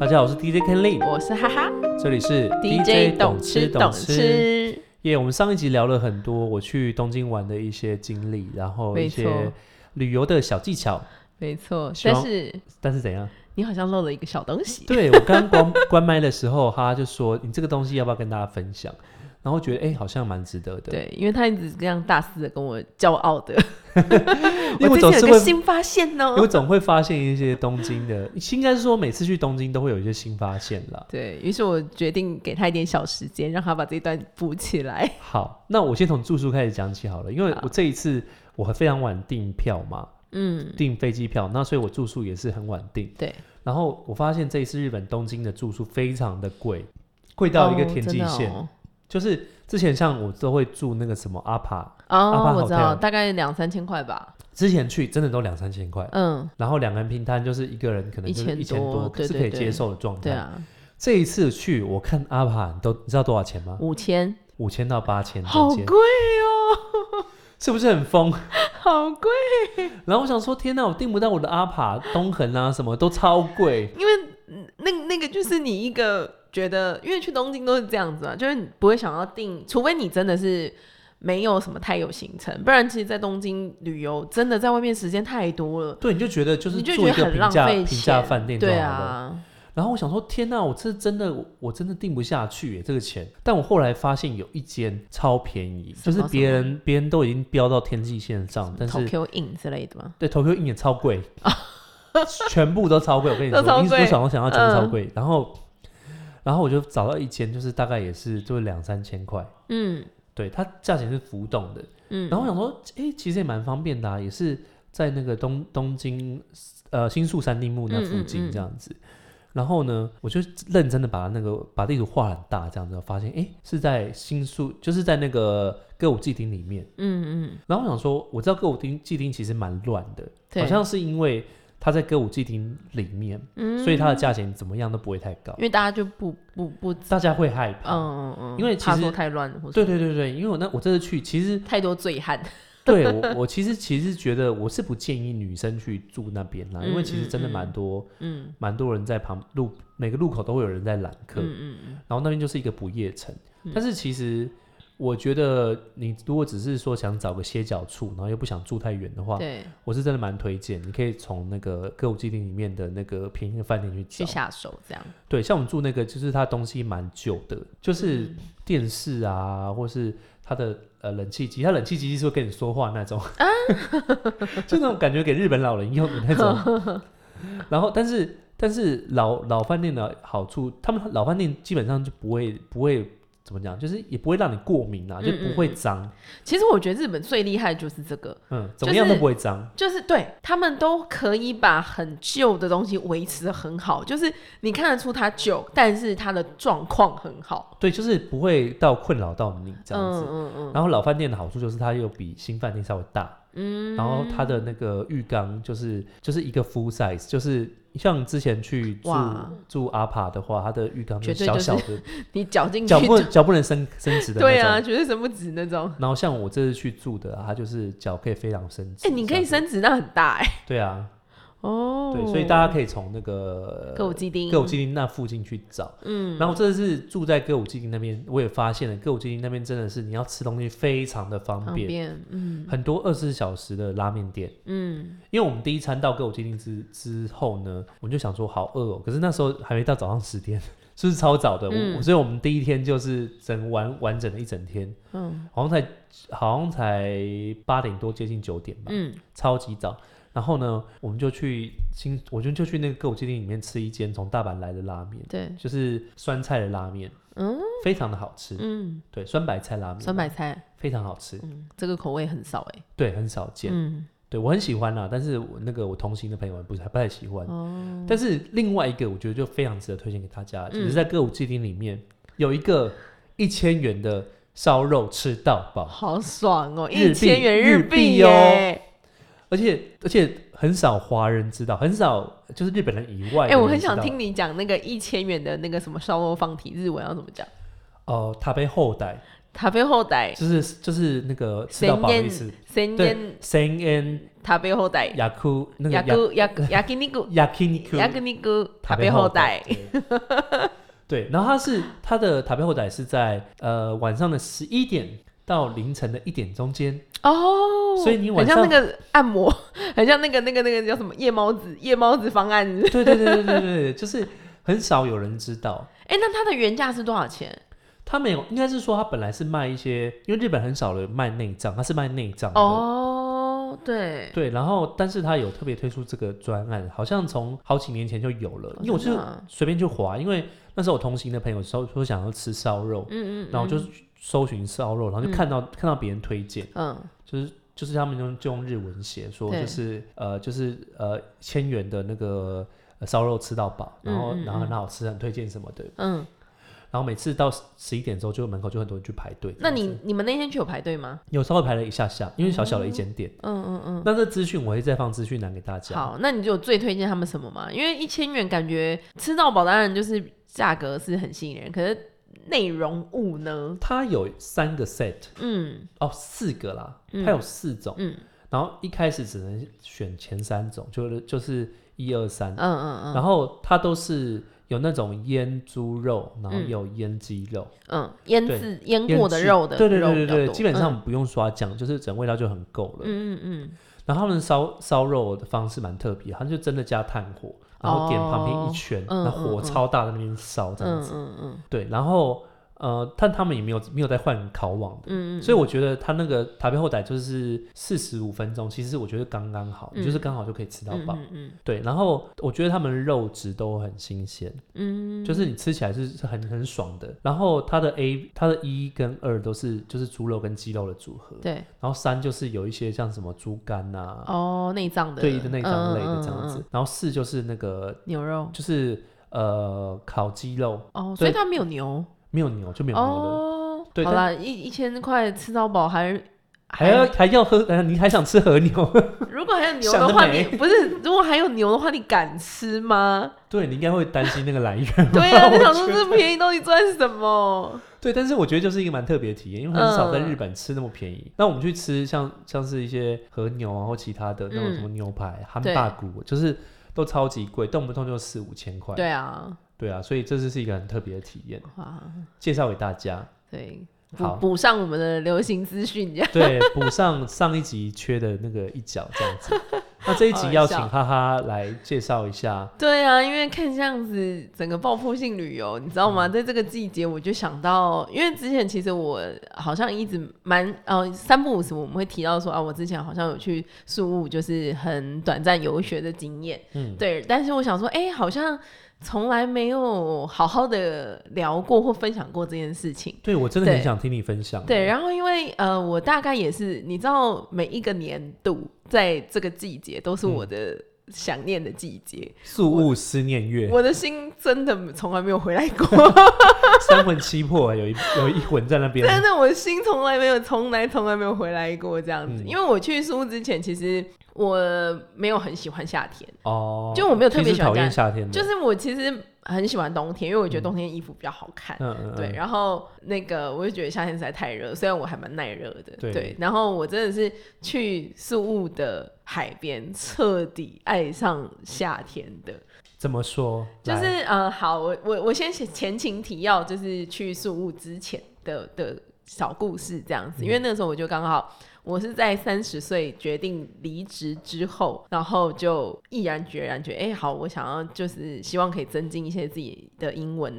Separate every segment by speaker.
Speaker 1: 大家好，我是 DJ Ken Lin，
Speaker 2: 我是哈哈
Speaker 1: 这里是
Speaker 2: DJ 懂吃懂。吃，
Speaker 1: 耶我们上一集聊了很多我去东京玩的一些经历，然后一
Speaker 2: 没错
Speaker 1: 些旅游的小技巧，
Speaker 2: 没错。
Speaker 1: 希
Speaker 2: 但
Speaker 1: 望
Speaker 2: 是
Speaker 1: 但是怎 样？
Speaker 2: 你好像漏了一个小东西，
Speaker 1: 对我刚关关麦的时候，他就说你这个东西要不要跟大家分享？然后觉得哎、好像蛮值得的。，
Speaker 2: 对，因为他一直这样大肆的跟我骄傲的，
Speaker 1: 因为我
Speaker 2: 我
Speaker 1: 总
Speaker 2: 最
Speaker 1: 是
Speaker 2: 近
Speaker 1: 会
Speaker 2: 有个，新发现哦呢
Speaker 1: 因为。我总会发现一些东京的，应该是说每次去东京都会有一些新发现啦。
Speaker 2: 对于是，我决定给他一点小时间，让他把这一段补起来。
Speaker 1: 好，那我先从住宿开始讲起好了，因为
Speaker 2: 好
Speaker 1: 我这一次我非常晚订票嘛，
Speaker 2: 嗯，
Speaker 1: 订飞机票，那所以我住宿也是很晚订。
Speaker 2: 对，
Speaker 1: 然后我发现这一次日本东京的住宿非常的贵，贵到一个
Speaker 2: 哦
Speaker 1: 天
Speaker 2: 真
Speaker 1: 际
Speaker 2: 的
Speaker 1: 线，
Speaker 2: 哦
Speaker 1: 就是之前像我都会住那个什么阿帕，阿帕
Speaker 2: 哦，我知
Speaker 1: Hotel
Speaker 2: 道，大概两三千块吧。
Speaker 1: 之前去真的都两三千块，
Speaker 2: 嗯，
Speaker 1: 然后两个人平摊就是一个人可能就是一
Speaker 2: 1000
Speaker 1: 千
Speaker 2: 多
Speaker 1: 多，
Speaker 2: 对
Speaker 1: 是
Speaker 2: 对
Speaker 1: 可以
Speaker 2: 对
Speaker 1: 接受的状态。
Speaker 2: 对啊，
Speaker 1: 这一次去我看阿帕都你知道多少钱吗？
Speaker 2: 五千，
Speaker 1: 五千到八千
Speaker 2: 好
Speaker 1: 中间，
Speaker 2: 贵哦，
Speaker 1: 是不是很疯？
Speaker 2: 好贵。哦
Speaker 1: 然后我想说，天哪，我订不到我的阿帕、东恒啊，什么都超贵。
Speaker 2: 因为嗯那那个就是你一个觉得，因为去东京都是这样子嘛，就是你不会想要定，除非你真的是没有什么太有行程，不然其实，在东京旅游真的在外面时间太多了，
Speaker 1: 对，你就觉得就是
Speaker 2: 你就
Speaker 1: 住
Speaker 2: 觉
Speaker 1: 一
Speaker 2: 得
Speaker 1: 个
Speaker 2: 很
Speaker 1: 平
Speaker 2: 浪
Speaker 1: 价
Speaker 2: 费
Speaker 1: 平价
Speaker 2: 钱。
Speaker 1: 饭店就好
Speaker 2: 对
Speaker 1: 了。
Speaker 2: 啊，
Speaker 1: 然后我想说，天哪，我这真的我我真的定不下去耶，这个钱。但我后来发现有一间超便宜，
Speaker 2: 什
Speaker 1: 就
Speaker 2: 么
Speaker 1: 是别人别人都已经飙到天际线上，但是
Speaker 2: Tokyo Inn 之类的嘛，
Speaker 1: 对 Tokyo Inn 也超 贵，全部都超贵。我跟你说，
Speaker 2: 都超
Speaker 1: 你一直
Speaker 2: 贵
Speaker 1: 想都想要全部
Speaker 2: 嗯
Speaker 1: 超贵。然后然后我就找到一间，就是大概也是就是两三千块，
Speaker 2: 嗯
Speaker 1: 对，它价钱是浮动的。
Speaker 2: 嗯，
Speaker 1: 然后我想说，哎、其实也蛮方便的、啊，也是在那个东东京呃新宿三丁目那附
Speaker 2: 嗯嗯
Speaker 1: 近
Speaker 2: 嗯
Speaker 1: 这样子。然后呢，我就认真的把那个把地图画很大，这样子发现，哎，是在新宿，就是在那个歌舞伎町里面。
Speaker 2: 嗯嗯，
Speaker 1: 然后我想说，我知道歌舞伎伎町其实蛮乱的，
Speaker 2: 对，
Speaker 1: 好像是因为它在歌舞伎町里面，
Speaker 2: 嗯
Speaker 1: 所以它的价钱怎么样都不会太高
Speaker 2: 因，为大家就不不不，嗯
Speaker 1: 大家会害怕。
Speaker 2: 嗯嗯，
Speaker 1: 因为其
Speaker 2: 怕
Speaker 1: 实
Speaker 2: 说太乱，或者
Speaker 1: 对对对对，因为我那我这次去，其实
Speaker 2: 太多醉汉，
Speaker 1: 对我，我其实其实觉得我是不建议女生去住那边啦，因为
Speaker 2: 嗯
Speaker 1: 其实真的
Speaker 2: 嗯
Speaker 1: 蛮
Speaker 2: 嗯
Speaker 1: 多
Speaker 2: 嗯
Speaker 1: 蛮多人在旁路每个路口都会有人在揽客，
Speaker 2: 嗯嗯嗯，
Speaker 1: 然后那边就是一个不夜城。
Speaker 2: 嗯
Speaker 1: 但是其实我觉得你如果只是说想找个歇脚处，然后又不想住太远的话，
Speaker 2: 对，
Speaker 1: 我是真的蛮推荐，你可以从那个歌舞伎町里面的那个便宜的饭店去
Speaker 2: 去
Speaker 1: 找。
Speaker 2: 下手这样，
Speaker 1: 对，像我们住那个，就是它东西蛮旧的，就是
Speaker 2: 嗯
Speaker 1: 电视啊，或是它的呃冷气机，它冷气机是会跟你说话那种，
Speaker 2: 啊
Speaker 1: 就那种感觉给日本老人用的那种。 然后，但是但是老老饭店的好处，他们老饭店基本上就不会不会怎么讲，就是也不会让你过敏啊，就
Speaker 2: 嗯嗯
Speaker 1: 不会
Speaker 2: 嗯
Speaker 1: 脏，
Speaker 2: 其实我觉得日本最厉害就是这个，
Speaker 1: 嗯怎
Speaker 2: 就
Speaker 1: 么样都
Speaker 2: 是
Speaker 1: 不会脏。
Speaker 2: 就是对他们都可以把很旧的东西维持的很好，就是你看得出它旧，但是它的状况很好。
Speaker 1: 对，就是不会到困扰到你这样子。
Speaker 2: 嗯嗯
Speaker 1: 然后老饭店的好处就是它又比新饭店稍微大，
Speaker 2: 嗯，
Speaker 1: 然后它的那个浴缸就是就是一个 full size，就是像之前去住
Speaker 2: 哇
Speaker 1: 住阿帕的话，它的浴缸就是
Speaker 2: 绝对
Speaker 1: 小
Speaker 2: 就是
Speaker 1: 小的，
Speaker 2: 你搅进去
Speaker 1: 脚不
Speaker 2: 就，
Speaker 1: 能脚不能伸伸直的那种。
Speaker 2: 对啊，绝对伸不直那种。
Speaker 1: 然后像我这次去住的、啊，它就是脚可以非常伸直。
Speaker 2: 哎、你可以
Speaker 1: 这样子。
Speaker 2: 伸直，那很大哎、
Speaker 1: 对啊，
Speaker 2: 哦，
Speaker 1: 对，所以大家可以从那个
Speaker 2: 歌舞伎町，
Speaker 1: 歌舞伎町那附近去找。
Speaker 2: 嗯，
Speaker 1: 然后这次住在歌舞伎町那边，我也发现了歌舞伎町那边真的是你要吃东西非常的方
Speaker 2: 旁
Speaker 1: 便，
Speaker 2: 边，嗯
Speaker 1: 很多二十四小时的拉面店。
Speaker 2: 嗯，
Speaker 1: 因为我们第一餐到歌舞伎町之之后呢，我们就想说好饿哦，可是那时候还没到早上十点， 就是超早的，我
Speaker 2: 嗯
Speaker 1: 所以我们第一天就是整完完整的一整天，
Speaker 2: 嗯
Speaker 1: 好像才好像才八点多接近九点吧，
Speaker 2: 嗯
Speaker 1: 超级早。然后呢，我们就去新，我就就去那个歌舞伎町里面吃一间从大阪来的拉面，
Speaker 2: 对，
Speaker 1: 就是酸菜的拉面，
Speaker 2: 嗯
Speaker 1: 非常的好吃，
Speaker 2: 嗯，
Speaker 1: 对，酸白菜拉面，
Speaker 2: 酸白菜，
Speaker 1: 非常好吃，
Speaker 2: 嗯，这个口味很少哎、
Speaker 1: 对，很少见，
Speaker 2: 嗯
Speaker 1: 对我很喜欢啦，但是我那个我同行的朋友不是还不太喜欢。
Speaker 2: 哦，
Speaker 1: 但是另外一个，我觉得就非常值得推荐给大家，只
Speaker 2: 嗯
Speaker 1: 是在歌舞伎町里面有一个一千元的烧肉吃到饱，
Speaker 2: 好爽哦，
Speaker 1: 日
Speaker 2: 一
Speaker 1: 币
Speaker 2: 千元
Speaker 1: 日币
Speaker 2: 币
Speaker 1: 哦
Speaker 2: 耶、
Speaker 1: 而且而且很少华人知道，很少就是日本人以外的人
Speaker 2: 哎、
Speaker 1: 知道。
Speaker 2: 我很想听你讲那个一千元的那个什么烧肉放题，日文要怎么讲？
Speaker 1: 哦，他被后代，
Speaker 2: 塔贝后代，
Speaker 1: 就是就是那个吃到饱的意思。
Speaker 2: 神
Speaker 1: 对
Speaker 2: 烟
Speaker 1: ，Sen and
Speaker 2: 塔贝后代，
Speaker 1: 雅库那个
Speaker 2: 雅
Speaker 1: 雅
Speaker 2: 古雅 雅吉尼古
Speaker 1: 雅 k i n i
Speaker 2: 雅吉尼古塔贝后代，。
Speaker 1: 对，对然后它是它的塔贝后代是在呃晚上的十一点到凌晨的一点中间，
Speaker 2: 哦，
Speaker 1: 所以你晚
Speaker 2: 很像
Speaker 1: 上
Speaker 2: 那个按摩， 很像那个那个那个叫什么夜猫子夜猫子方案 是不是。
Speaker 1: 对对对对对对对，就是很少有人知道。
Speaker 2: 哎、那它的原价是多少钱？
Speaker 1: 他没有，应该是说他本来是卖一些，因为日本很少人卖内脏，他是卖内脏的。
Speaker 2: 哦，对，
Speaker 1: 对，然后但是他有特别推出这个专案，好像从好几年前就有了，因为我
Speaker 2: 真
Speaker 1: 就
Speaker 2: 的啊
Speaker 1: 随便去划，因为那时候我同行的朋友说说想要吃烧肉，
Speaker 2: 嗯嗯，
Speaker 1: 然后我就
Speaker 2: 嗯
Speaker 1: 搜寻烧肉，然后就看到、看到别人推荐，
Speaker 2: 嗯
Speaker 1: 就是就是他们用就用日文写说
Speaker 2: 对
Speaker 1: 就是呃就是呃千元的那个呃烧肉吃到饱，然后
Speaker 2: 嗯嗯
Speaker 1: 然后很
Speaker 2: 嗯
Speaker 1: 好吃，很推荐什么的，
Speaker 2: 嗯，
Speaker 1: 然后每次到十一点之后，就门口就很多人去排队。
Speaker 2: 那
Speaker 1: 这样
Speaker 2: 你
Speaker 1: 子
Speaker 2: 你们那天去有排队吗？
Speaker 1: 有稍微排了一下下，因为小小的一间店。
Speaker 2: 嗯嗯嗯。
Speaker 1: 那这资讯我会再放资讯栏给大家。
Speaker 2: 好，那你就最推荐他们什么吗？因为一千元感觉吃到饱，当然就是价格是很吸引人，可是内容物呢？
Speaker 1: 它有三个 set
Speaker 2: 嗯
Speaker 1: 哦，四个啦，
Speaker 2: 嗯
Speaker 1: 它有四种。
Speaker 2: 嗯
Speaker 1: 然后一开始只能选前三种，就是就是一二三
Speaker 2: 嗯。嗯
Speaker 1: 然
Speaker 2: 嗯
Speaker 1: 后它都是有那种腌猪肉，然后
Speaker 2: 嗯
Speaker 1: 有腌鸡肉，
Speaker 2: 嗯，腌
Speaker 1: 对
Speaker 2: 制腌
Speaker 1: 腌
Speaker 2: 过的
Speaker 1: 制
Speaker 2: 肉的
Speaker 1: 对对对
Speaker 2: 肉
Speaker 1: 对
Speaker 2: 比较
Speaker 1: 对，
Speaker 2: 多
Speaker 1: 基本上不用刷酱，就是整味道就很够了。
Speaker 2: 嗯嗯嗯
Speaker 1: 然后他们烧烧肉的方式蛮特别，他们就真的加炭火，然后点旁边一圈，
Speaker 2: 哦嗯
Speaker 1: 那、火
Speaker 2: 嗯嗯
Speaker 1: 超大在那边烧这样
Speaker 2: 嗯
Speaker 1: 子。
Speaker 2: 嗯嗯
Speaker 1: 对，然后呃，但他们也没有没有在换烤网的，
Speaker 2: 嗯，
Speaker 1: 所以我觉得他那个台北后台就是四十五分钟，其实我觉得刚刚好，
Speaker 2: 嗯
Speaker 1: 你就是刚好就可以吃到
Speaker 2: 嗯
Speaker 1: 饱。
Speaker 2: 嗯嗯
Speaker 1: 对，然后我觉得他们的肉质都很新鲜，
Speaker 2: 嗯，
Speaker 1: 就是你吃起来是是很很爽的。然后它的 A，它的一跟二都是就是猪肉跟鸡肉的组合，
Speaker 2: 对
Speaker 1: 然后三就是有一些像什么猪肝呐、啊，
Speaker 2: 哦内脏的
Speaker 1: 对的那张类的
Speaker 2: 嗯
Speaker 1: 这样
Speaker 2: 嗯
Speaker 1: 子
Speaker 2: 嗯嗯。
Speaker 1: 然后四就是那个
Speaker 2: 牛肉
Speaker 1: 就是呃烤鸡肉，
Speaker 2: 哦，所
Speaker 1: 对
Speaker 2: 以它没有牛
Speaker 1: 没有牛就没有牛了，
Speaker 2: 哦。
Speaker 1: 对
Speaker 2: 好
Speaker 1: 但
Speaker 2: 啦，一一千块吃到饱还
Speaker 1: 还
Speaker 2: 哎
Speaker 1: 要还要喝，呃你还想吃和牛？
Speaker 2: 如果还有牛
Speaker 1: 想
Speaker 2: 的
Speaker 1: 得
Speaker 2: 话，
Speaker 1: 美
Speaker 2: 你不是如果还有牛的话，你敢吃 吗？。
Speaker 1: 对你应该会担心那个来源
Speaker 2: 对啊，
Speaker 1: 我
Speaker 2: 你想说
Speaker 1: 觉
Speaker 2: 这便宜到底赚什么？
Speaker 1: 对，但是我觉得就是一个蛮特别的体验，因为很少
Speaker 2: 嗯
Speaker 1: 在日本吃那么便宜。那我们去吃像像是一些和牛啊或其他的那种什么牛排、汉
Speaker 2: 对
Speaker 1: 霸骨，就是都超级贵，动不动就四五千块。
Speaker 2: 对啊，
Speaker 1: 对啊，所以这就是一个很特别的体验，
Speaker 2: 啊，
Speaker 1: 介绍给大家。
Speaker 2: 对，补
Speaker 1: 好
Speaker 2: 补上我们的流行资讯，这样
Speaker 1: 对，补上上一集缺的那个一角这样 子。那这一集要请哈哈来介绍一下，
Speaker 2: 对啊，因为看这样子，整个爆破性旅游，你知道
Speaker 1: 嗯
Speaker 2: 吗？在这个季节，我就想到，因为之前其实我好像一直蛮呃三不五时我们会提到说啊，我之前好像有去宿务，就是很短暂游学的经验。
Speaker 1: 嗯，
Speaker 2: 对，但是我想说，哎、好像从来没有好好的聊过或分享过这件事情。
Speaker 1: 对我真的很
Speaker 2: 对
Speaker 1: 想听你分享。
Speaker 2: 对，，然后因为呃，我大概也是，你知道，每一个年度在这个季节都是我的想念的季节，
Speaker 1: 素物思念月，
Speaker 2: 我的心真的从来没有回来过，
Speaker 1: 三魂七魄啊有一有一魂在那边。
Speaker 2: 真的，我的心从来没有，从来从来没有回来过这样子。
Speaker 1: 嗯
Speaker 2: 因为我去苏之前，其实我没有很喜欢夏天，
Speaker 1: 哦，
Speaker 2: 就我没有特别
Speaker 1: 你是
Speaker 2: 喜欢
Speaker 1: 讨
Speaker 2: 这
Speaker 1: 厌
Speaker 2: 样
Speaker 1: 夏天的，
Speaker 2: 就是我其实很喜欢冬天，因为我觉得冬天衣服比较好看。
Speaker 1: 嗯嗯
Speaker 2: 对，
Speaker 1: 嗯
Speaker 2: 然后那个我就觉得夏天实在太热，虽然我还蛮耐热的，
Speaker 1: 对
Speaker 2: 然后我真的是去宿雾的海边，彻底爱上夏天的，
Speaker 1: 怎么说？
Speaker 2: 就
Speaker 1: 来
Speaker 2: 是呃，好，我我我先前前情提要，就是去宿雾之前的的小故事
Speaker 1: 嗯
Speaker 2: 这样子，因为那时候我就刚好。我是在三十岁决定离职之后，然后就毅然决然觉得，哎、好，我想要就是希望可以增进一些自己的英文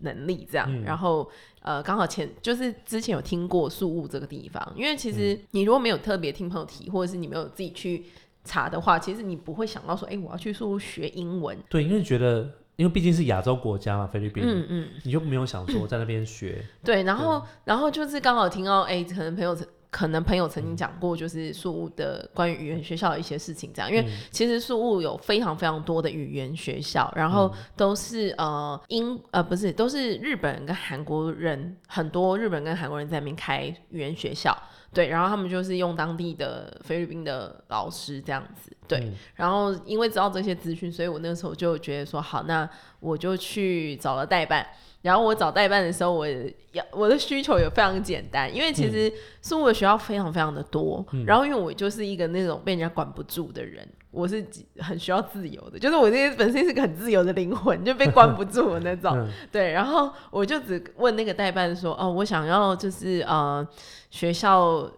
Speaker 2: 能力这样。
Speaker 1: 嗯
Speaker 2: 然后呃，刚好前就是之前有听过宿雾这个地方，因为其实你如果没有特别听朋友提，或者是你没有自己去查的话，其实你不会想到说，哎、我要去宿雾学英文。
Speaker 1: 对，因为觉得因为毕竟是亚洲国家嘛，菲律宾，
Speaker 2: 嗯嗯，
Speaker 1: 你就没有想说在那边学，
Speaker 2: 对，然后然后就是刚好听到，哎、可能朋友曾可能朋友曾经讲过，就是宿务的关于语言学校的一些事情，这样，因为其实宿务有非常非常多的语言学校，然后都是、呃英呃不是都是日本人跟韩国人，很多日本跟韩国人在那边开语言学校，对，然后他们就是用当地的菲律宾的老师这样子，对
Speaker 1: 嗯
Speaker 2: 然后因为知道这些资讯，所以我那时候就觉得说，好，那我就去找了代办。然后我找代办的时候，我也要我的需求也非常简单，因为其实苏武的学校非常非常的多。
Speaker 1: 嗯
Speaker 2: 然后因为我就是一个那种被人家管不住的人，我是几很需要自由的，就是我这些本身是个很自由的灵魂，就被关不住的那种。
Speaker 1: 嗯
Speaker 2: 对，然后我就只问那个代办说，哦，我想要就是呃学校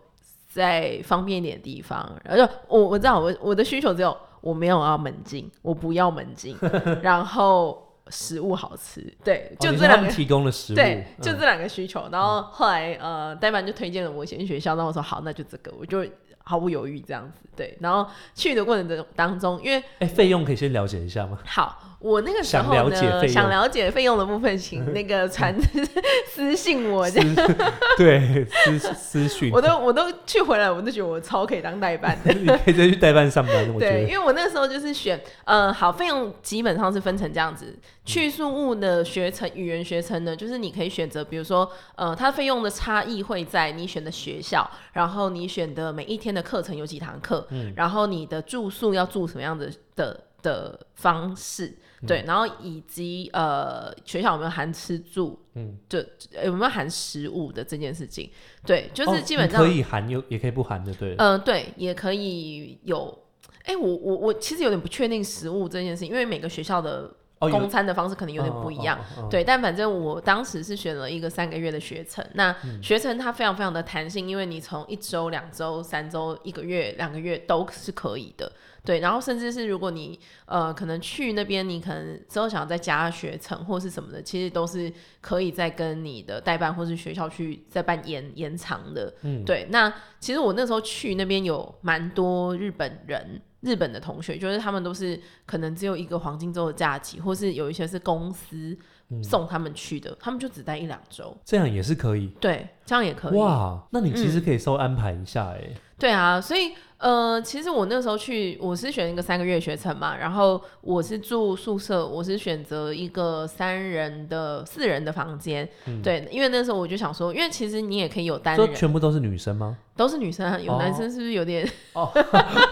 Speaker 2: 在方便一点的地方，然后就我我知道我我的需求只有我没有要门禁，我不要门 禁，然后食物好吃，对
Speaker 1: 哦，
Speaker 2: 就
Speaker 1: 你
Speaker 2: 这
Speaker 1: 说他
Speaker 2: 两个。
Speaker 1: 们提供的食物，
Speaker 2: 对，
Speaker 1: 嗯
Speaker 2: 就这两个需求。然后后来呃，代办就推荐了我一些学校，然后我说好，那就这个，我就毫不犹豫这样子。对，然后去的过程中当中，因为
Speaker 1: 哎，费用可以先了解一下 吗？
Speaker 2: 好，我那个时候
Speaker 1: 想了解费
Speaker 2: 呢，
Speaker 1: 用
Speaker 2: 想了解费用的部分，请那个传 私信我，这样
Speaker 1: 私对私私讯，
Speaker 2: 我都我都去回来，我都觉得我超可以当代办的。
Speaker 1: 你可以再去代办上班，我觉
Speaker 2: 对，因
Speaker 1: 得
Speaker 2: 为我那时候就是选，呃，好，费用基本上是分成这样子。去宿务的学程、语言学程呢，就是你可以选择，比如说，呃，它费用的差异会在你选的学校，然后你选的每一天的课程有几堂课，
Speaker 1: 嗯
Speaker 2: 然后你的住宿要住什么样的的的方式，
Speaker 1: 嗯
Speaker 2: 对，然后以及呃，学校有没有含吃住，
Speaker 1: 嗯，
Speaker 2: 就呃有没有含食物的这件事情，对，就是
Speaker 1: 哦
Speaker 2: 基本
Speaker 1: 你
Speaker 2: 上、
Speaker 1: 可以含，又也可以不含的，对了，
Speaker 2: 嗯，对，也可以有。哎、我我我其实有点不确定食物这件事，因为每个学校的
Speaker 1: 哦，
Speaker 2: 供餐的方式可能有点
Speaker 1: 哦
Speaker 2: 不一样。，
Speaker 1: 哦，
Speaker 2: 对，但反正我当时是选了一个三个月的学程，那
Speaker 1: 嗯
Speaker 2: 学程它非常非常的弹性，因为你从一周、两周、三周、一个月、两个月都是可以的。对，然后甚至是如果你呃可能去那边，你可能之后想要再加学程或是什么的，其实都是可以再跟你的代办或是学校去再办延延长的。
Speaker 1: 嗯，
Speaker 2: 对，那其实我那时候去那边有蛮多日本人，日本的同学，就是他们都是可能只有一个黄金周的假期，或是有一些是公司
Speaker 1: 嗯
Speaker 2: 送他们去的，他们就只待一两周。
Speaker 1: 这样也是可以。
Speaker 2: 对，这样也可以。嗯
Speaker 1: 哇，那你其实可以稍微安排一下哎、
Speaker 2: 对啊，所以呃，其实我那时候去，我是选一个三个月学程嘛，然后我是住宿舍，我是选择一个三人的、四人的房间。
Speaker 1: 嗯
Speaker 2: 对，因为那时候我就想说，因为其实你也可以有单
Speaker 1: 说
Speaker 2: 人，
Speaker 1: 全部都是女生吗？
Speaker 2: 都是女生啊，有
Speaker 1: 哦
Speaker 2: 男生是不是有点、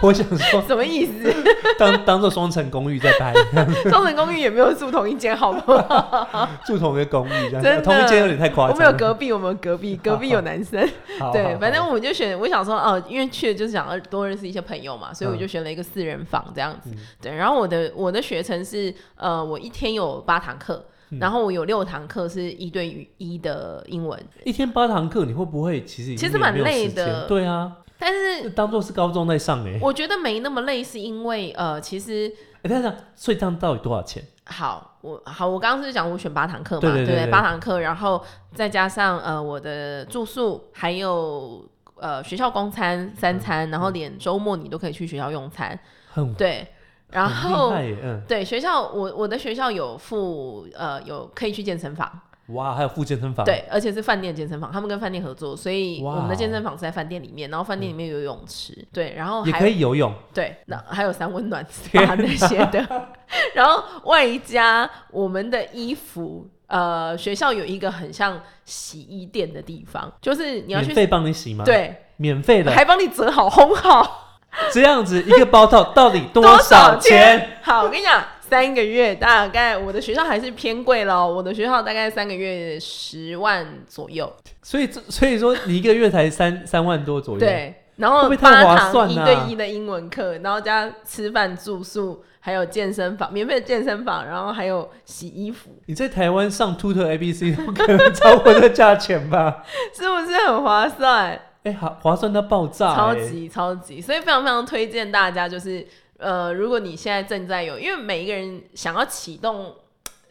Speaker 1: 我想说
Speaker 2: 什么意思？
Speaker 1: 当当做双层公寓在拍，
Speaker 2: 双层公寓也没有住同一间，好不好？
Speaker 1: 住同一个公寓这
Speaker 2: 真
Speaker 1: 样，
Speaker 2: 的
Speaker 1: 同一间有点太夸
Speaker 2: 我
Speaker 1: 张
Speaker 2: 们有
Speaker 1: 了。
Speaker 2: 隔壁，我们有隔壁，隔壁有男生。
Speaker 1: 好好
Speaker 2: 对，
Speaker 1: 好
Speaker 2: 反正我就选，我想说，哦、因为去了就是想要多认识一些朋友嘛，所以我就选了一个四人房这样子。
Speaker 1: 嗯
Speaker 2: 对，然后我的我的学程是，呃，我一天有八堂课，
Speaker 1: 嗯
Speaker 2: 然后我有六堂课是一对一的英文，
Speaker 1: 一天八堂课，你会不会其实已经
Speaker 2: 其实蛮
Speaker 1: 没有
Speaker 2: 累
Speaker 1: 时间
Speaker 2: 的
Speaker 1: 对啊，
Speaker 2: 但是
Speaker 1: 就当做是高中在上哎、欸。
Speaker 2: 我觉得没那么累，是因为呃，其实
Speaker 1: 哎、但是所以这样到底多少钱？
Speaker 2: 好，我好，我刚刚是讲我选八堂课嘛，
Speaker 1: 对对
Speaker 2: 不
Speaker 1: 对对
Speaker 2: 八堂课，然后再加上呃我的住宿，还有呃学校公餐三餐，然后连周末你都可以去学校用餐，
Speaker 1: 很
Speaker 2: 对，然
Speaker 1: 很
Speaker 2: 后
Speaker 1: 厉害耶嗯，
Speaker 2: 对学校我我的学校有附呃有可以去健身房，
Speaker 1: 哇，还有附健身房，，
Speaker 2: 对，而且是饭店健身房，他们跟饭店合作，所以
Speaker 1: 哇
Speaker 2: 我们的健身房是在饭店里面，然后饭店里面有游泳池，对，然后
Speaker 1: 也
Speaker 2: 还有
Speaker 1: 可以游泳，
Speaker 2: 对，那还有三温暖 SPA 那些 的，然后外加我们的衣服，呃，学校有一个很像洗衣店的地方，就是你要
Speaker 1: 免
Speaker 2: 去
Speaker 1: 费帮你洗吗？，
Speaker 2: 对，
Speaker 1: 免费的，
Speaker 2: 还帮你折好、烘好
Speaker 1: 这样子一个包套到底
Speaker 2: 少
Speaker 1: 少钱？？
Speaker 2: 好，我跟你讲，三个月大概我的学校还是偏贵咯，我的学校大概三个月十万左右，
Speaker 1: 所以这所以说你一个月才三三万多左右，，
Speaker 2: 对。然
Speaker 1: 会
Speaker 2: 后
Speaker 1: 不会太划
Speaker 2: 八
Speaker 1: 算
Speaker 2: 堂一
Speaker 1: 啊
Speaker 2: 对一的英文课，然后加吃饭住宿，还有健身房，免费的健身房，然后还有洗衣服，
Speaker 1: 你在台湾上 Tutor ABC 都可能超过这价钱吧？
Speaker 2: 是不是很划算？
Speaker 1: 哎、好划算到爆炸、欸，
Speaker 2: 超级超级，所以非常非常推荐大家，就是呃，如果你现在正在有，因为每一个人想要启动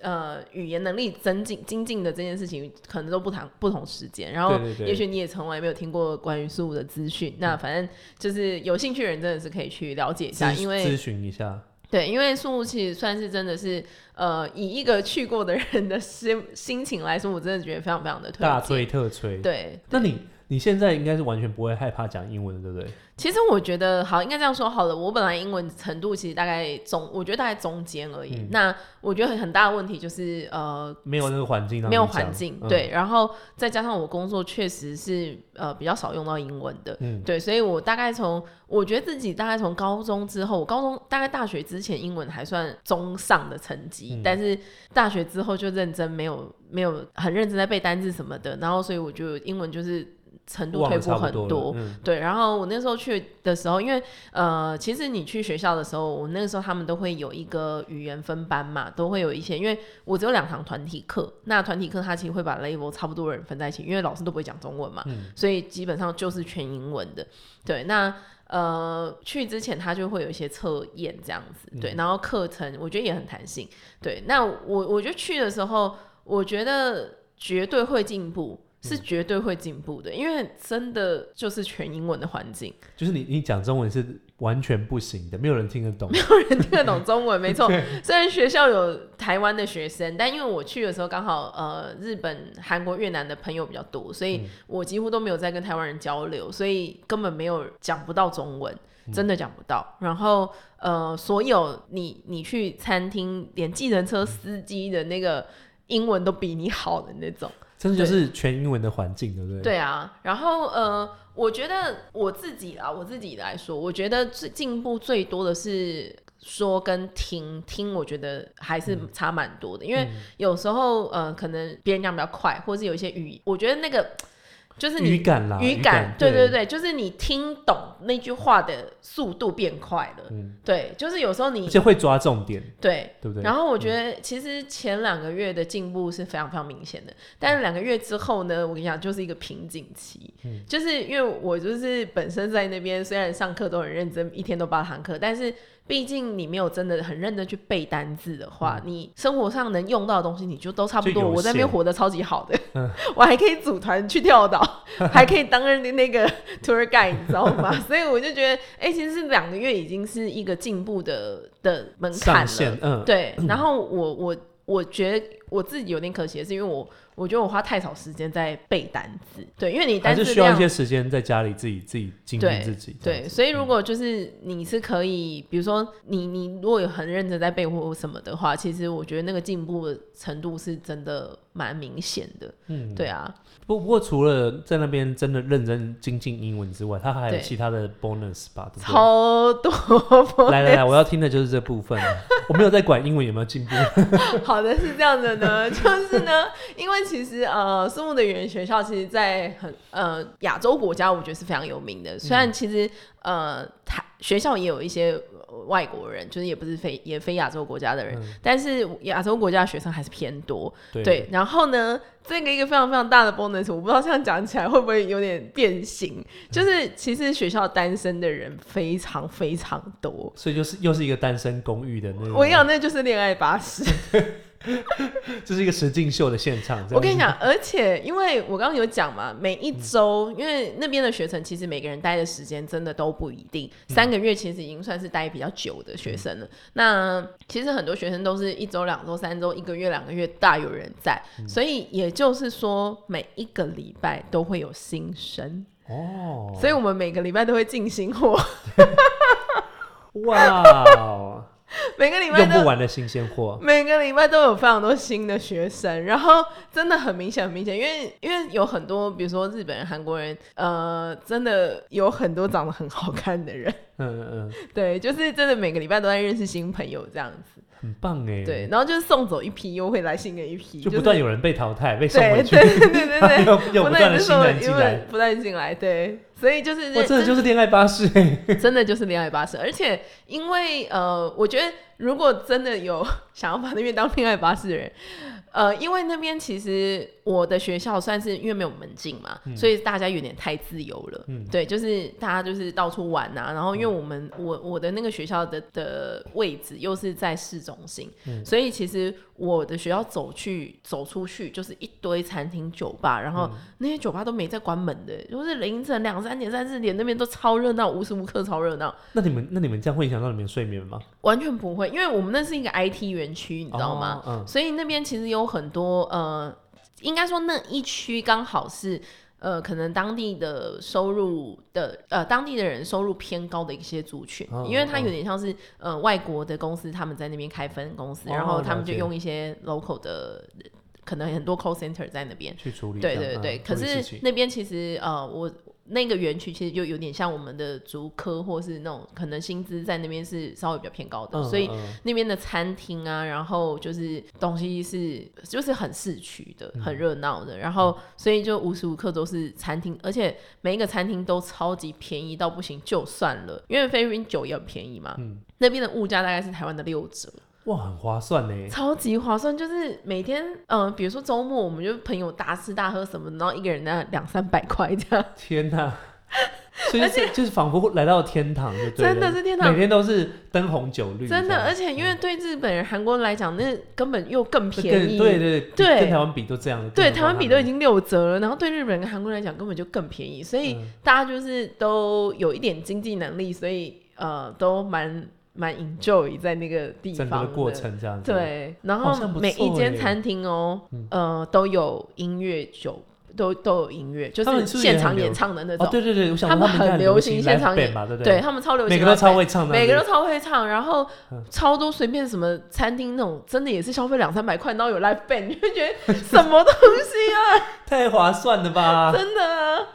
Speaker 2: 呃语言能力增进精进的这件事情，可能都不同不同时间，然后
Speaker 1: 对对对嗯
Speaker 2: 也许你也从来没有听过关于苏武的资讯，那反正就是有兴趣的人真的是可以去了解一下，
Speaker 1: 咨
Speaker 2: 因为
Speaker 1: 咨询一下，
Speaker 2: 对，因为树木其实算是真的是，呃，以一个去过的人的心心情来说，我真的觉得非常非常的推
Speaker 1: 大
Speaker 2: 荐。
Speaker 1: 吹特吹。
Speaker 2: 对，
Speaker 1: 那你你现在应该是完全不会害怕讲英文的，对不对？
Speaker 2: 其实我觉得好，应该这样说好了。我本来英文程度其实大概中，我觉得大概中间而已。
Speaker 1: 嗯
Speaker 2: 那我觉得很很大的问题就是呃，
Speaker 1: 没有那个环境让你讲，
Speaker 2: 没有环境，
Speaker 1: 嗯，
Speaker 2: 对，然后再加上我工作确实是呃比较少用到英文的，
Speaker 1: 嗯
Speaker 2: 对，所以我大概从我觉得自己大概从高中之后，我高中大概大学之前英文还算中上的成绩，
Speaker 1: 嗯
Speaker 2: 但是大学之后就认真没有没有很认真在背单字什么的，然后所以我就英文就是程度
Speaker 1: 忘
Speaker 2: 退
Speaker 1: 了
Speaker 2: 步
Speaker 1: 差不
Speaker 2: 很
Speaker 1: 多了，
Speaker 2: 多，
Speaker 1: 嗯
Speaker 2: 对，然后我那时候去的时候，因为呃，其实你去学校的时候，我那个时候他们都会有一个语言分班嘛，都会有一些，因为我只有两堂团体课，那团体课它其实会把 level 差不多的人分在一起，因为老师都不会讲中文嘛，
Speaker 1: 嗯
Speaker 2: 所以基本上就是全英文的。对，那呃，去之前他就会有一些测验这样子，对，
Speaker 1: 嗯
Speaker 2: 然后课程我觉得也很弹性，对。那我我觉得去的时候，我觉得绝对会进步。是
Speaker 1: 嗯
Speaker 2: 绝对会进步的，因为真的就是全英文的环境，
Speaker 1: 就是你你讲中文是完全不行的，没有人听得懂，
Speaker 2: 没有人听得懂中文，没错。虽然学校有台湾的学生，但因为我去的时候刚好呃日本、韩国、越南的朋友比较多，所以我几乎都没有在跟台湾人交流，所以根本没有讲不到中文，真的讲不到。然后呃，所有你你去餐厅，连计程车司机的那个英文都比你好的那种。
Speaker 1: 真的就是全英文的环境，对不对？
Speaker 2: 对啊，然后呃，我觉得我自己啊，我自己来说，我觉得最进步最多的是说跟听听，我觉得还是
Speaker 1: 嗯
Speaker 2: 差蛮多的，因为有时候呃，可能别人讲比较快，或是有一些语，我觉得那个就是
Speaker 1: 语
Speaker 2: 你。
Speaker 1: 感啦，
Speaker 2: 语
Speaker 1: 感，
Speaker 2: 对
Speaker 1: 对
Speaker 2: 对，对，就是你听懂那句话的速度变快了，
Speaker 1: 嗯
Speaker 2: 对，就是有时候你
Speaker 1: 而且会抓重点，
Speaker 2: 对，
Speaker 1: 对不对？嗯
Speaker 2: 然后我觉得其实前两个月的进步是非常非常明显的，但是两个月之后呢，我跟你讲就是一个瓶颈期，
Speaker 1: 嗯
Speaker 2: 就是因为我就是本身在那边虽然上课都很认真，一天都八堂课，但是毕竟你没有真的很认真去背单字的话，你生活上能用到的东西你就都差不
Speaker 1: 嗯就
Speaker 2: 多。
Speaker 1: 有
Speaker 2: 我在那边
Speaker 1: 限
Speaker 2: 活得超级好的，
Speaker 1: 嗯
Speaker 2: 我还可以组团去 跳岛，还可以当那个 tour guide，你知道吗？ 所以我就觉得，哎、其实是两个月已经是一个进步的的门槛
Speaker 1: 上
Speaker 2: 了
Speaker 1: 线，。嗯，
Speaker 2: 对，然后我我我觉得我自己有点可惜，的是因为我我觉得我花太少时间在背单词，对，因为你
Speaker 1: 还
Speaker 2: 单
Speaker 1: 是
Speaker 2: 词
Speaker 1: 需要一
Speaker 2: 量
Speaker 1: 些时间在家里自己自己精进自己，这样
Speaker 2: 对，
Speaker 1: 子
Speaker 2: 所以如果就是你是可以，比如说你你如果有很认真在背或什么的话，其实我觉得那个进步的程度是真的蛮明显的，
Speaker 1: 嗯，
Speaker 2: 对啊，
Speaker 1: 不不过除了在那边真的认真精进英文之外，他还有
Speaker 2: 对
Speaker 1: 其他的 bonus 吧？对不对？
Speaker 2: 超多
Speaker 1: 来来来，我要听的就是这部分。 我没有在管英文有没有 进步，
Speaker 2: 好的，是这样的呢， 就是呢，因为其实呃，苏木的语言学校其实，在很呃亚洲国家，我觉得是非常有名
Speaker 1: 嗯
Speaker 2: 的。虽然其实呃，台学校也有一些呃外国人，就是也不是非也非亚洲国家的人，
Speaker 1: 嗯
Speaker 2: 但是亚洲国家的学生还是偏多。
Speaker 1: 对
Speaker 2: 对，然后呢，这个一个非常非常大的 bonus，我不知道这样讲起来会不会有点变形，
Speaker 1: 嗯
Speaker 2: 就是其实学校单身的人非常非常多。
Speaker 1: 所以就是又是一个单身公寓的那种，
Speaker 2: 我跟你讲，那就是恋爱巴士。
Speaker 1: 这是一个实境秀的现场。这样
Speaker 2: 我跟 你讲，而且因为我刚刚有讲嘛，每一周，
Speaker 1: 嗯
Speaker 2: 因为那边的学生其实每个人待的时间真的都不一定，
Speaker 1: 嗯
Speaker 2: 三个月其实已经算是待比较久的学生了。那其实很多学生都是一周、两周、三周、一个月、两个月，大有人在。
Speaker 1: 嗯
Speaker 2: 所以也就是说，每一个礼拜都会有新生，
Speaker 1: 子哦，
Speaker 2: 所以我们每个礼拜都会进新货，
Speaker 1: 哇 哦，
Speaker 2: 每个礼拜
Speaker 1: 用
Speaker 2: 都
Speaker 1: 不完的新鲜货。
Speaker 2: 每个礼拜都有非常多新的学生，然后真的很明显，很明显，因为因为有很多，比如说日本人、韩国人，呃，真的有很多长得很好看的人，
Speaker 1: 嗯嗯嗯，
Speaker 2: 对，就是真的每个礼拜都在认识新朋友这样子，
Speaker 1: 很棒哎。
Speaker 2: 对，，然后就是送走一批，又会来新的一批，
Speaker 1: 就是不断有人被淘汰，被送
Speaker 2: 对
Speaker 1: 回去，，
Speaker 2: 对对对对
Speaker 1: 又又
Speaker 2: 我
Speaker 1: 不
Speaker 2: 那
Speaker 1: 断的
Speaker 2: 也是
Speaker 1: 新
Speaker 2: 说
Speaker 1: 人进
Speaker 2: 因为
Speaker 1: 来。
Speaker 2: 不断进来，对，所以就是
Speaker 1: 哇，真的就是恋爱巴士哎。
Speaker 2: 真的就是恋爱巴士，而且因为呃，我觉得如果真的有想要把那边当恋爱巴士的人， 呃，因为那边其实我的学校算是因为没有门禁嘛，所以大家有点太自由了。
Speaker 1: 嗯
Speaker 2: 对，就是大家就是到处玩啊，然后因为我们、我我的那个学校的的位置又是在市中心，
Speaker 1: 嗯
Speaker 2: 所以其实我的学校走去走出去就是一堆餐厅酒吧，然后那些酒吧都没在关门的，就是凌晨两三点、三四点那边都超热闹，无时无刻超热闹，
Speaker 1: 那你们那你们这样会影响到你们睡眠吗？
Speaker 2: 完全不会，因为我们那是一个 IT 园区，你知道
Speaker 1: 哦？
Speaker 2: 吗？
Speaker 1: 嗯，
Speaker 2: 所以那边其实有很多呃，应该说那一区刚好是呃，可能当地的收入的呃，当地的人收入偏高的一些族群，
Speaker 1: 哦
Speaker 2: 因为它
Speaker 1: 哦
Speaker 2: 有点像是呃外国的公司，他们在那边开分公司，
Speaker 1: 哦
Speaker 2: 然后他们
Speaker 1: 了
Speaker 2: 就
Speaker 1: 解
Speaker 2: 用一些 local 的，可能很多 call center 在那边。
Speaker 1: 去处理这
Speaker 2: 对
Speaker 1: 样。
Speaker 2: 对对，
Speaker 1: 嗯
Speaker 2: 可
Speaker 1: 处理事
Speaker 2: 是
Speaker 1: 情
Speaker 2: 那边其实呃，我那个园区其实就有点像我们的竹科，或是那种可能薪资在那边是稍微比较偏高的，
Speaker 1: 嗯
Speaker 2: 所以
Speaker 1: 嗯嗯
Speaker 2: 那边的餐厅啊，然后就是东西是就是很市区的，
Speaker 1: 嗯
Speaker 2: 很热闹的，然后所以就无时无刻都是餐厅，而且每一个餐厅都超级便宜到不行，就算了，因为菲律宾酒也很便宜嘛，
Speaker 1: 嗯
Speaker 2: 那边的物价大概是台湾的六折，
Speaker 1: 哇，很划算 呢。
Speaker 2: 超级划算，就是每天嗯、呃比如说周末我们就朋友大吃大喝什么，然后一个人那两三百块这样，
Speaker 1: 天哪、所以是就是仿佛来到天堂就对了，
Speaker 2: 真的是天堂
Speaker 1: 每天都是灯红酒绿这样，
Speaker 2: 真的，而且因为对日本人、韩国人来讲，那根本又更
Speaker 1: 这
Speaker 2: 便
Speaker 1: 跟
Speaker 2: 宜，
Speaker 1: 对对对，
Speaker 2: 对
Speaker 1: 跟台湾比都这样了，
Speaker 2: 对，
Speaker 1: 更何
Speaker 2: 台
Speaker 1: 况
Speaker 2: 湾比
Speaker 1: 他
Speaker 2: 都
Speaker 1: 们
Speaker 2: 已经六折了，然后对日本跟韩国人来讲根本就更便宜，所以
Speaker 1: 嗯
Speaker 2: 大家就是都有一点经济能力，所以呃都蛮蛮 enjoy 在那个地
Speaker 1: 整个
Speaker 2: 方
Speaker 1: 的过。程这样子，，
Speaker 2: 对，然
Speaker 1: 好
Speaker 2: 后
Speaker 1: 像不
Speaker 2: 每一
Speaker 1: 错
Speaker 2: 间
Speaker 1: 欸
Speaker 2: 餐厅哦、
Speaker 1: 嗯
Speaker 2: 呃都有音乐酒，都都有音乐，就
Speaker 1: 他们是不是也
Speaker 2: 现
Speaker 1: 很
Speaker 2: 场演
Speaker 1: 流
Speaker 2: 唱的那种。
Speaker 1: 哦对对对，我想
Speaker 2: 他
Speaker 1: 说
Speaker 2: 们
Speaker 1: 应该
Speaker 2: 很
Speaker 1: 很
Speaker 2: 流行
Speaker 1: 行
Speaker 2: 现场
Speaker 1: live
Speaker 2: 演
Speaker 1: band 吧，对不
Speaker 2: 对？他们超流行，
Speaker 1: 每个都超，会唱的，
Speaker 2: 每个都
Speaker 1: 对
Speaker 2: 超会唱，然后
Speaker 1: 嗯
Speaker 2: 超多随便什么餐厅那种，真的也是消费两三百块，然后有 live band，你就觉 得什么东西啊？
Speaker 1: 太划算了吧？
Speaker 2: 真的啊，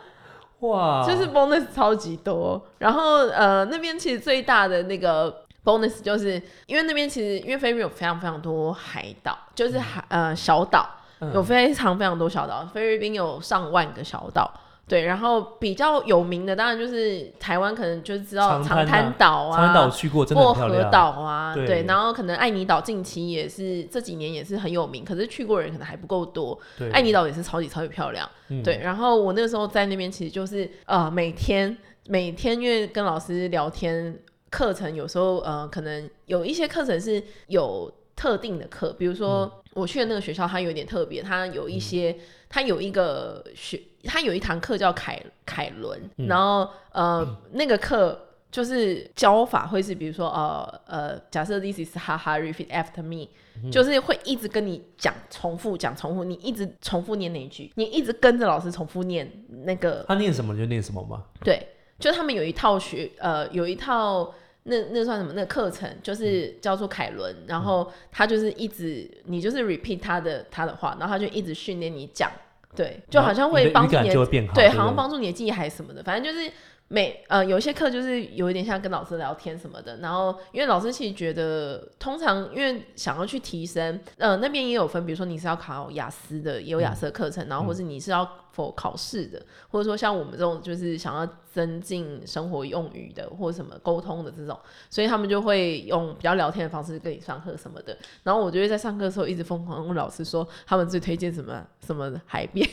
Speaker 1: 哇，
Speaker 2: 就是 bonus 超级多。然后呃，那边其实最大的那个 bonus 就是因为那边其实因为菲律宾有非常非常多海岛，就是海、呃小岛
Speaker 1: 嗯
Speaker 2: 有非常非常多小岛，菲律宾有上万个小岛。对，然后比较有名的当然就是台湾，可能就知
Speaker 1: 长
Speaker 2: 道
Speaker 1: 滩啊
Speaker 2: 长滩岛
Speaker 1: 长滩岛我去过，真的
Speaker 2: 薄
Speaker 1: 很漂
Speaker 2: 荷
Speaker 1: 亮。
Speaker 2: 岛啊，
Speaker 1: 对
Speaker 2: 对，然后可能爱尼岛近期也是这几年也是很有名，可是去过的人可能还不够多。
Speaker 1: 对，
Speaker 2: 爱尼岛也是超级超级漂亮，
Speaker 1: 嗯
Speaker 2: 对。然后我那时候在那边其实就是呃每天每天因为跟老师聊天，课程有时候呃可能有一些课程是有特定的课，比如
Speaker 1: 嗯
Speaker 2: 说我去的那个学校它有点特别，它有一些、它有一个学它有一堂课叫凯凯伦，
Speaker 1: 嗯
Speaker 2: 然后呃、那个课。就是教法会是，比如说，呃呃，假设 this is 哈哈 repeat after me，、就是
Speaker 1: 嗯
Speaker 2: 会一直跟你讲重复讲重复，你一直重复念那一句，你一直跟着老师重复念那个
Speaker 1: 他念什么你就念什么嘛。
Speaker 2: 对，就他们有一套学呃，有一套那那算什么？那课程就是叫做凯伦，然
Speaker 1: 嗯
Speaker 2: 后他就是一直你就是 repeat 他的他的话，然后他就一直训练你讲，对，就好像会
Speaker 1: 然后
Speaker 2: 帮
Speaker 1: 你
Speaker 2: 助
Speaker 1: 的语感
Speaker 2: 你的
Speaker 1: 就会变好，
Speaker 2: 对，
Speaker 1: 不
Speaker 2: 好像帮助你的记忆还是什么的，反正就是每呃有一些课就是有一点像跟老师聊天什么的，然后因为老师其实觉得，通常因为想要去提升，呃那边也有分，比如说你是要考雅思的，也有雅思的课
Speaker 1: 嗯
Speaker 2: 程，然后或是你是要否考试的，或者说像我们这种就是想要增进生活用语的或者什么沟通的这种，所以他们就会用比较聊天的方式跟你上课什么的，然后我就会在上课的时候一直疯狂问老师说他们最推荐什么什么海边。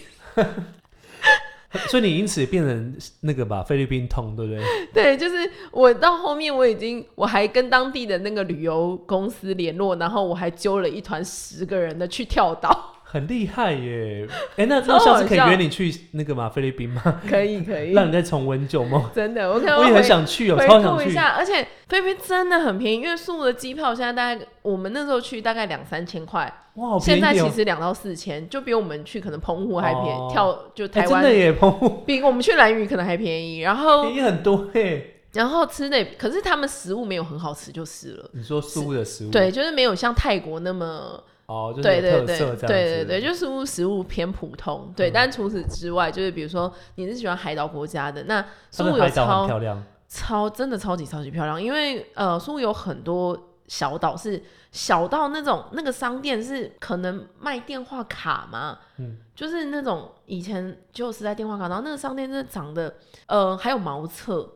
Speaker 1: 所以你因此也变成那个吧，菲律宾通，对不 对？
Speaker 2: 对，就是我到后面我已经我还跟当地的那个旅游公司联络，然后我还揪了一团十个人的去跳岛，
Speaker 1: 很厉害耶！哎，那
Speaker 2: 超
Speaker 1: 那下次可以
Speaker 2: 好笑
Speaker 1: 约你去那个嘛菲律宾吗？
Speaker 2: 可以可以，
Speaker 1: 让你再重温旧梦。
Speaker 2: 真的，我可能
Speaker 1: 我也
Speaker 2: 回
Speaker 1: 很想去哦，
Speaker 2: 回
Speaker 1: 超想
Speaker 2: 顾
Speaker 1: 去
Speaker 2: 一。下，而且菲律宾真的很便宜，因为宿的机票现在大概我们那时候去大概两三千块，
Speaker 1: 哇，好便
Speaker 2: 现
Speaker 1: 宜
Speaker 2: 在
Speaker 1: 哦
Speaker 2: 其实两到四千，就比我们去可能澎湖还便宜，
Speaker 1: 哦
Speaker 2: 跳就
Speaker 1: 哎
Speaker 2: 台
Speaker 1: 真
Speaker 2: 湾、哦
Speaker 1: 的耶，澎湖
Speaker 2: 比我们去兰屿可能还便宜，然后
Speaker 1: 便宜很多嘿。
Speaker 2: 然后吃的也，可是他们食物没有很好吃就是了，
Speaker 1: 你说素的食物，
Speaker 2: 对，就是没有像泰国那么。
Speaker 1: 哦，就是
Speaker 2: 对
Speaker 1: 有
Speaker 2: 对
Speaker 1: 特
Speaker 2: 对
Speaker 1: 色这
Speaker 2: 对
Speaker 1: 样子。嗯
Speaker 2: 对对，就是食物食物偏普通，对。但除此之外，就是比如说你是喜欢海岛国家的，那
Speaker 1: 它
Speaker 2: 苏
Speaker 1: 的
Speaker 2: 武有
Speaker 1: 海岛很
Speaker 2: 超
Speaker 1: 漂亮，
Speaker 2: 超真的超级超级漂亮，因为呃，苏武有很多小岛是小到那种那个商店是可能卖电话卡嘛，
Speaker 1: 嗯，
Speaker 2: 就是那种以前就是在电话卡，然后那个商店真的长得呃还有茅厕，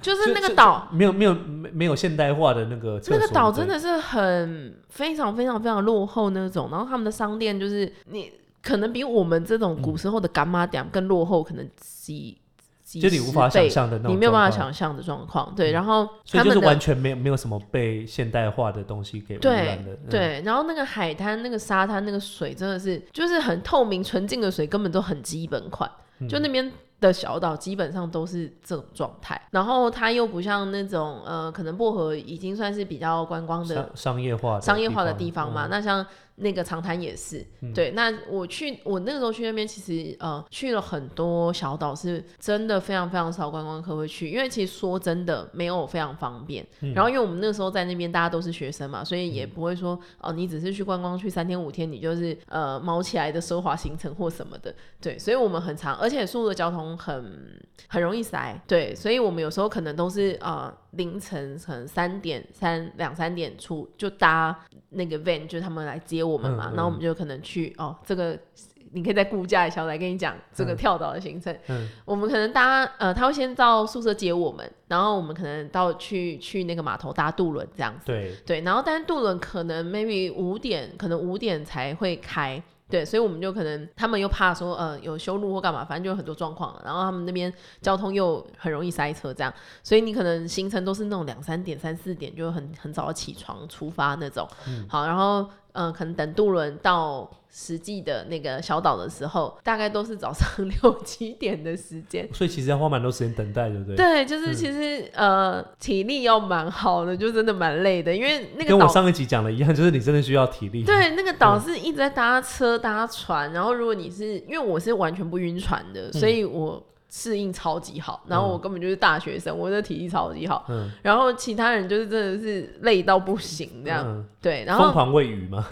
Speaker 2: 就是那个岛。
Speaker 1: 没有没有没没有现代化的那个厕
Speaker 2: 那个
Speaker 1: 所
Speaker 2: 岛
Speaker 1: 对
Speaker 2: 真的是很非常非常非常落后那种，然后他们的商店就是你可能比我们这种古时候的干妈店更落后，可能几几
Speaker 1: 就你无法
Speaker 2: 十倍
Speaker 1: 想象的那种，嗯
Speaker 2: 你没有办法，想象的状况。对，然后
Speaker 1: 所以
Speaker 2: 他
Speaker 1: 就
Speaker 2: 们
Speaker 1: 是
Speaker 2: 的
Speaker 1: 完全没有没有什么被现代化的东西给污
Speaker 2: 对
Speaker 1: 染的。嗯，
Speaker 2: 对，然后那个海滩、那个沙滩、那个水真的是就是很透明纯净的水，根本都很基本款。
Speaker 1: 嗯
Speaker 2: 就那边的小岛基本上都是这种状态，然后它又不像那种呃，可能薄荷已经算是比较观光的
Speaker 1: 商商业化的
Speaker 2: 商业化的地
Speaker 1: 地
Speaker 2: 方
Speaker 1: 方
Speaker 2: 嘛。
Speaker 1: 嗯
Speaker 2: 那像那个长滩也是。对，那我去我那个时候去那边，其实呃去了很多小岛，是真的非常非常少观光客会去，因为其实说真的没有非常方便。
Speaker 1: 嗯
Speaker 2: 然后因为我们那个时候在那边大家都是学生嘛，所以也不会说哦、你只是去观光去三天五天，你就是呃毛起来的奢华行程或什么的。对，所以我们很长，而且宿的交通很很容易塞。对，所以我们有时候可能都是呃凌晨可能三点三两三点出就搭那个 van，就是他们来接我们嘛，
Speaker 1: 嗯嗯
Speaker 2: 然后我们就可能去哦这个。你可以再估价一下，我来跟你讲这个
Speaker 1: 嗯
Speaker 2: 跳岛的行程。
Speaker 1: 嗯
Speaker 2: 我们可能搭呃，他会先到宿舍接我们，然后我们可能到去去那个码头搭渡轮这样子。
Speaker 1: 对，
Speaker 2: 对，然后但是渡轮可能 maybe 五点，可能五点才会开。对，所以我们就可能他们又怕说，呃，有修路或干嘛，反正就有很多状况了。然后他们那边交通又很容易塞车，这样，所以你可能行程都是那种两三点、三四点就很很早起床出发那种。好，然后嗯、呃可能等渡轮到实际的那个小岛的时候，大概都是早上 六七点的时间。
Speaker 1: 所以其实要花蛮多时间等待，对不嗯对？
Speaker 2: 对，就是其实、呃，体力要蛮好的，就真的蛮累的，因为那个
Speaker 1: 跟我
Speaker 2: 岛
Speaker 1: 上一集讲的一样，就是你真的需要体力。
Speaker 2: 对，那个岛是一直在搭车搭船，然后如果你是因为我是完全不晕船
Speaker 1: 嗯
Speaker 2: 的，所以我适应超级好，然后我根本就是大学生，我的体力超级好，
Speaker 1: 嗯，
Speaker 2: 然后其他人就是真的是累到不行这样，
Speaker 1: 嗯
Speaker 2: 对，啊然
Speaker 1: 疯
Speaker 2: 后
Speaker 1: 狂喂鱼嘛，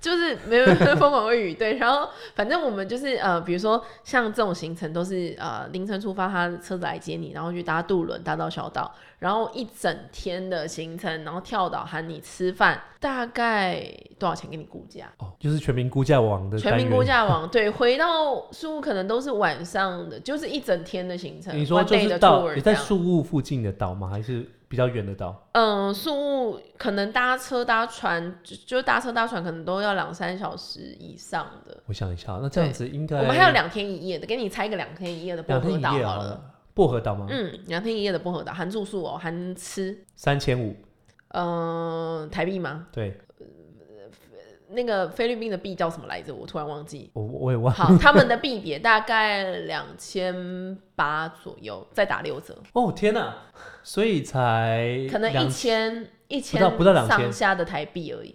Speaker 2: 就是没有疯狂喂鱼，对， 然后反正我们就是呃，比如说像这种行程都是呃凌晨出发，他车子来接你，然后去搭渡轮搭到小岛，然后一整天的行程，然后跳岛喊你吃饭，大概多少钱给你估价？
Speaker 1: 哦，就是全民估价网的
Speaker 2: 全民
Speaker 1: 单元
Speaker 2: 估价网，对，回到宿务可能都是晚上的，就是一整天的行程。
Speaker 1: 你说
Speaker 2: one
Speaker 1: 就
Speaker 2: day
Speaker 1: 是
Speaker 2: 的
Speaker 1: 到
Speaker 2: tour
Speaker 1: 你
Speaker 2: 这
Speaker 1: 在
Speaker 2: 样
Speaker 1: 宿务附近的岛吗？还是比较远的岛？
Speaker 2: 嗯，宿务可能搭车搭船，就就搭车搭船可能都要两三小时以上的。
Speaker 1: 我想一下，那这样
Speaker 2: 对
Speaker 1: 子应该
Speaker 2: 我们还有两天一夜的，给你猜一个两天一夜的薄
Speaker 1: 两天
Speaker 2: 荷
Speaker 1: 一
Speaker 2: 岛
Speaker 1: 夜
Speaker 2: 好
Speaker 1: 好
Speaker 2: 了。
Speaker 1: 了，薄荷岛吗？
Speaker 2: 嗯，两天一夜的薄荷岛，含住宿哦，含吃，
Speaker 1: 三千五，
Speaker 2: 嗯、台币吗？
Speaker 1: 对
Speaker 2: 那个菲律宾的币叫什么来着？我突然忘记。
Speaker 1: 我我也忘
Speaker 2: 好，他们的币别大概两千八左右，再打六折。
Speaker 1: 哦天哪，所以才
Speaker 2: 可能
Speaker 1: 两
Speaker 2: 一千一千
Speaker 1: 不到不到2000
Speaker 2: 上下的台币而已，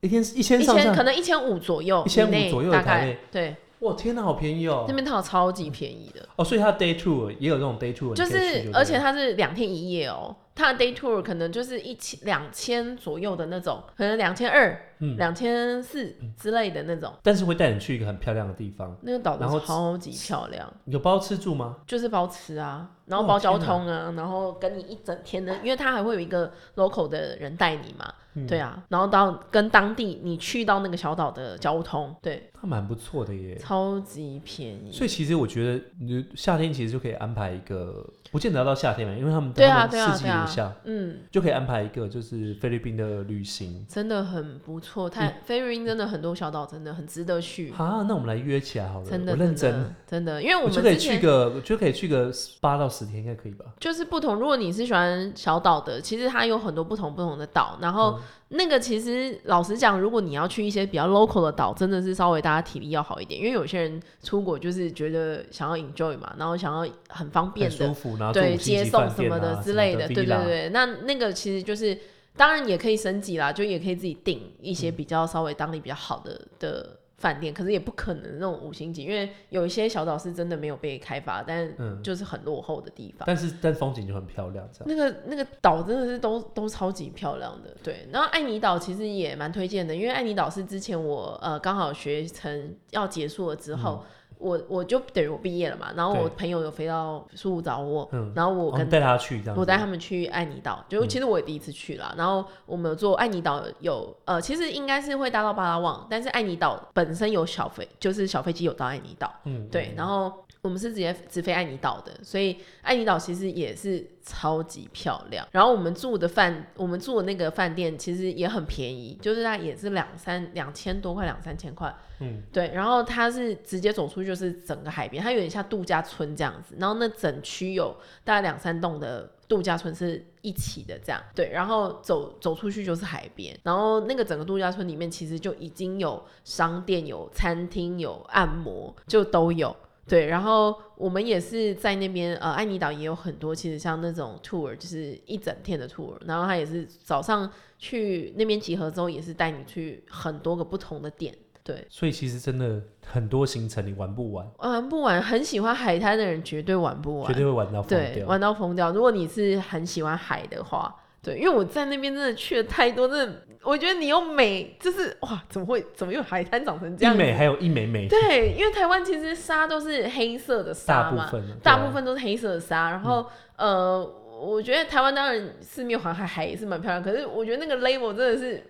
Speaker 1: 一天一千
Speaker 2: 一
Speaker 1: 上
Speaker 2: 千可
Speaker 1: 下，
Speaker 2: 能一千五左右，
Speaker 1: 1500
Speaker 2: 以内
Speaker 1: 左右的
Speaker 2: 大
Speaker 1: 台
Speaker 2: 概
Speaker 1: 币
Speaker 2: 对，
Speaker 1: 哇天哪，好便宜哦
Speaker 2: 那！边套超级便宜的，
Speaker 1: 哦，所以它 day tour 也有这种 day tour，你
Speaker 2: 就
Speaker 1: 可以去
Speaker 2: 是
Speaker 1: 对
Speaker 2: 而且它是两天一夜哦，它的 day tour 可能就是一千两千左右的那种，可能两千二、
Speaker 1: 嗯
Speaker 2: 两千四之类的那种，
Speaker 1: 但是会带你去一个很漂亮的地方，
Speaker 2: 那个岛
Speaker 1: 然后
Speaker 2: 都超级漂亮。
Speaker 1: 有包吃哦住吗？
Speaker 2: 就是包吃啊，然后
Speaker 1: 哇
Speaker 2: 包交通啊，然后跟你一整天的，因为他还会有一个 local 的人带你嘛，
Speaker 1: 嗯
Speaker 2: 对啊，然后到跟当地你去到那个小岛的交通，对，
Speaker 1: 那蛮不错的耶。
Speaker 2: 超级便宜，
Speaker 1: 所以其实我觉得，你夏天其实就可以安排一个，不见得要到夏天嘛，因为他们
Speaker 2: 对啊
Speaker 1: 他
Speaker 2: 对
Speaker 1: 们
Speaker 2: 啊
Speaker 1: 四季
Speaker 2: 对啊
Speaker 1: 如夏，
Speaker 2: 嗯，
Speaker 1: 就可以安排一个就是菲律宾的旅行。
Speaker 2: 真的很不错。太菲律宾真的很多小岛真的很值得去，
Speaker 1: 嗯好，那我们来约起来好了，
Speaker 2: 真的
Speaker 1: 我认
Speaker 2: 真
Speaker 1: 真，
Speaker 2: 的真的，因为我
Speaker 1: 我
Speaker 2: 们
Speaker 1: 就可以
Speaker 2: 之
Speaker 1: 去
Speaker 2: 前
Speaker 1: 个，我就可以去个八到十天，应该可以吧？
Speaker 2: 就是不同。如果你是喜欢小岛的，其实它有很多不同不同的岛。
Speaker 1: 嗯
Speaker 2: 然后那个其实老实讲，如果你要去一些比较 local 的岛，真的是稍微大家体力要好一点，因为有些人出国就是觉得想要 enjoy 嘛，然后想要很方便
Speaker 1: 很
Speaker 2: 的
Speaker 1: 舒，服，然后
Speaker 2: 对
Speaker 1: 住五星级
Speaker 2: 接送
Speaker 1: 饭
Speaker 2: 什
Speaker 1: 店
Speaker 2: 么
Speaker 1: 啊
Speaker 2: 的
Speaker 1: 什
Speaker 2: 之类
Speaker 1: 的，
Speaker 2: 对对
Speaker 1: villa，
Speaker 2: 对。那那个其实就是。当然也可以升级啦，就也可以自己订一些
Speaker 1: 嗯
Speaker 2: 比较稍微当地比较好的、的饭店，可是也不可能那种五星级，因为有一些小岛是真的没有被开发，但
Speaker 1: 嗯
Speaker 2: 就是很落后的地方。
Speaker 1: 但是但风景就很漂亮，这样。
Speaker 2: 那个那个岛真的是都都超级漂亮的，对。然后爱尼岛其实也蛮推荐的，因为爱尼岛是之前我呃刚好学程要结束了之后，我我就等于我毕业了嘛，然后
Speaker 1: 嗯对
Speaker 2: 我朋友有飞到苏武找我，
Speaker 1: 嗯
Speaker 2: 然后我
Speaker 1: 我
Speaker 2: 跟
Speaker 1: 们带他去这样子，嗯
Speaker 2: 我带他们去爱尼岛，就其实我也第一次去啦。然后我们有做爱尼岛有呃，其实应该是会搭到巴拉望，但是爱尼岛本身有小飞，就是小飞机有到爱尼岛，
Speaker 1: 嗯，嗯，
Speaker 2: 对。然后我们是直接直飞爱尼岛的，所以爱尼岛其实也是超级漂亮。然后我们住的饭，我们住的那个饭店其实也很便宜，就是它也是两三两千多块，两三千块。
Speaker 1: 嗯，
Speaker 2: 对。然后它是直接走出去就是整个海边，它有点像度假村这样子。然后那整区有大概两三栋的度假村是一起的这样，对，然后走走出去就是海边，然后那个整个度假村里面其实就已经有商店、有餐厅、有按摩，就都有。对，然后我们也是在那边，呃，爱尼岛也有很多，其实像那种 tour，就是一整天的 tour，然后他也是早上去那边集合之后，也是带你去很多个不同的点，对，
Speaker 1: 所以其实真的很多行程你玩不完，
Speaker 2: 玩不完，很喜欢海滩的人绝对玩不完，
Speaker 1: 绝对会玩到疯
Speaker 2: 对，
Speaker 1: 掉。
Speaker 2: 玩到疯掉。如果你是很喜欢海的话，对，因为我在那边真的去了太多，真的，我觉得你又美，就是哇，怎么会怎么有海滩长成这
Speaker 1: 一
Speaker 2: 样？
Speaker 1: 美还有一美美，
Speaker 2: 对，因为台湾其实沙都是黑色的
Speaker 1: 大
Speaker 2: 沙
Speaker 1: 部
Speaker 2: 嘛，
Speaker 1: 分啊
Speaker 2: 大
Speaker 1: 对啊
Speaker 2: 部分都是黑色的沙。然后、呃，我觉得台湾当然四面环海，海也是蛮漂亮，可是我觉得那个 label 真的是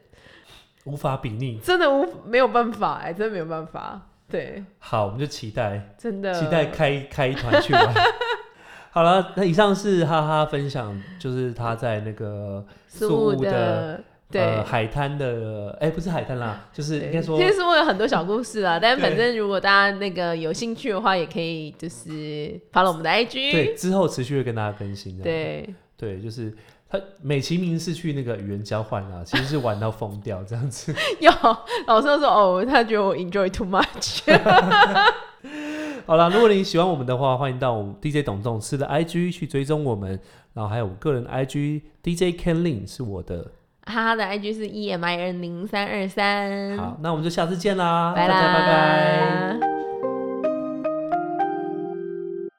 Speaker 1: 无法比拟。
Speaker 2: 真的无没有办法哎、真的没有办法，对，
Speaker 1: 好，我们就期待
Speaker 2: 真的
Speaker 1: 期待开开一团去玩。 好了，那以上是哈哈分享，就是他在那个
Speaker 2: 苏
Speaker 1: 宿务的
Speaker 2: 的对。
Speaker 1: 呃、海滩的，哎、不是海滩啦，就是
Speaker 2: 对
Speaker 1: 应该说
Speaker 2: 其实我有很多小故事啊，但
Speaker 1: 对
Speaker 2: 反正如果大家那个有兴趣的话，也可以就是 follow 我们的 IG，
Speaker 1: 对，之后持续会跟大家更新的。
Speaker 2: 对
Speaker 1: 对，就是他美其名是去那个语言交换啦，其实是玩到疯掉这样子。
Speaker 2: 有老师都说哦，他觉得我 enjoy too much，
Speaker 1: 好啦，如果你喜欢我们的话，欢迎到我们 DJ 董董吃的 IG 去追踪我们，然后还有我个人的 IG DJ Ken Lin 是我的。
Speaker 2: 哈哈的 IG 是 e m i n 零三二三，
Speaker 1: 好，那我们就下次见啦，
Speaker 2: 拜
Speaker 1: 大家
Speaker 2: 啦，
Speaker 1: 拜拜。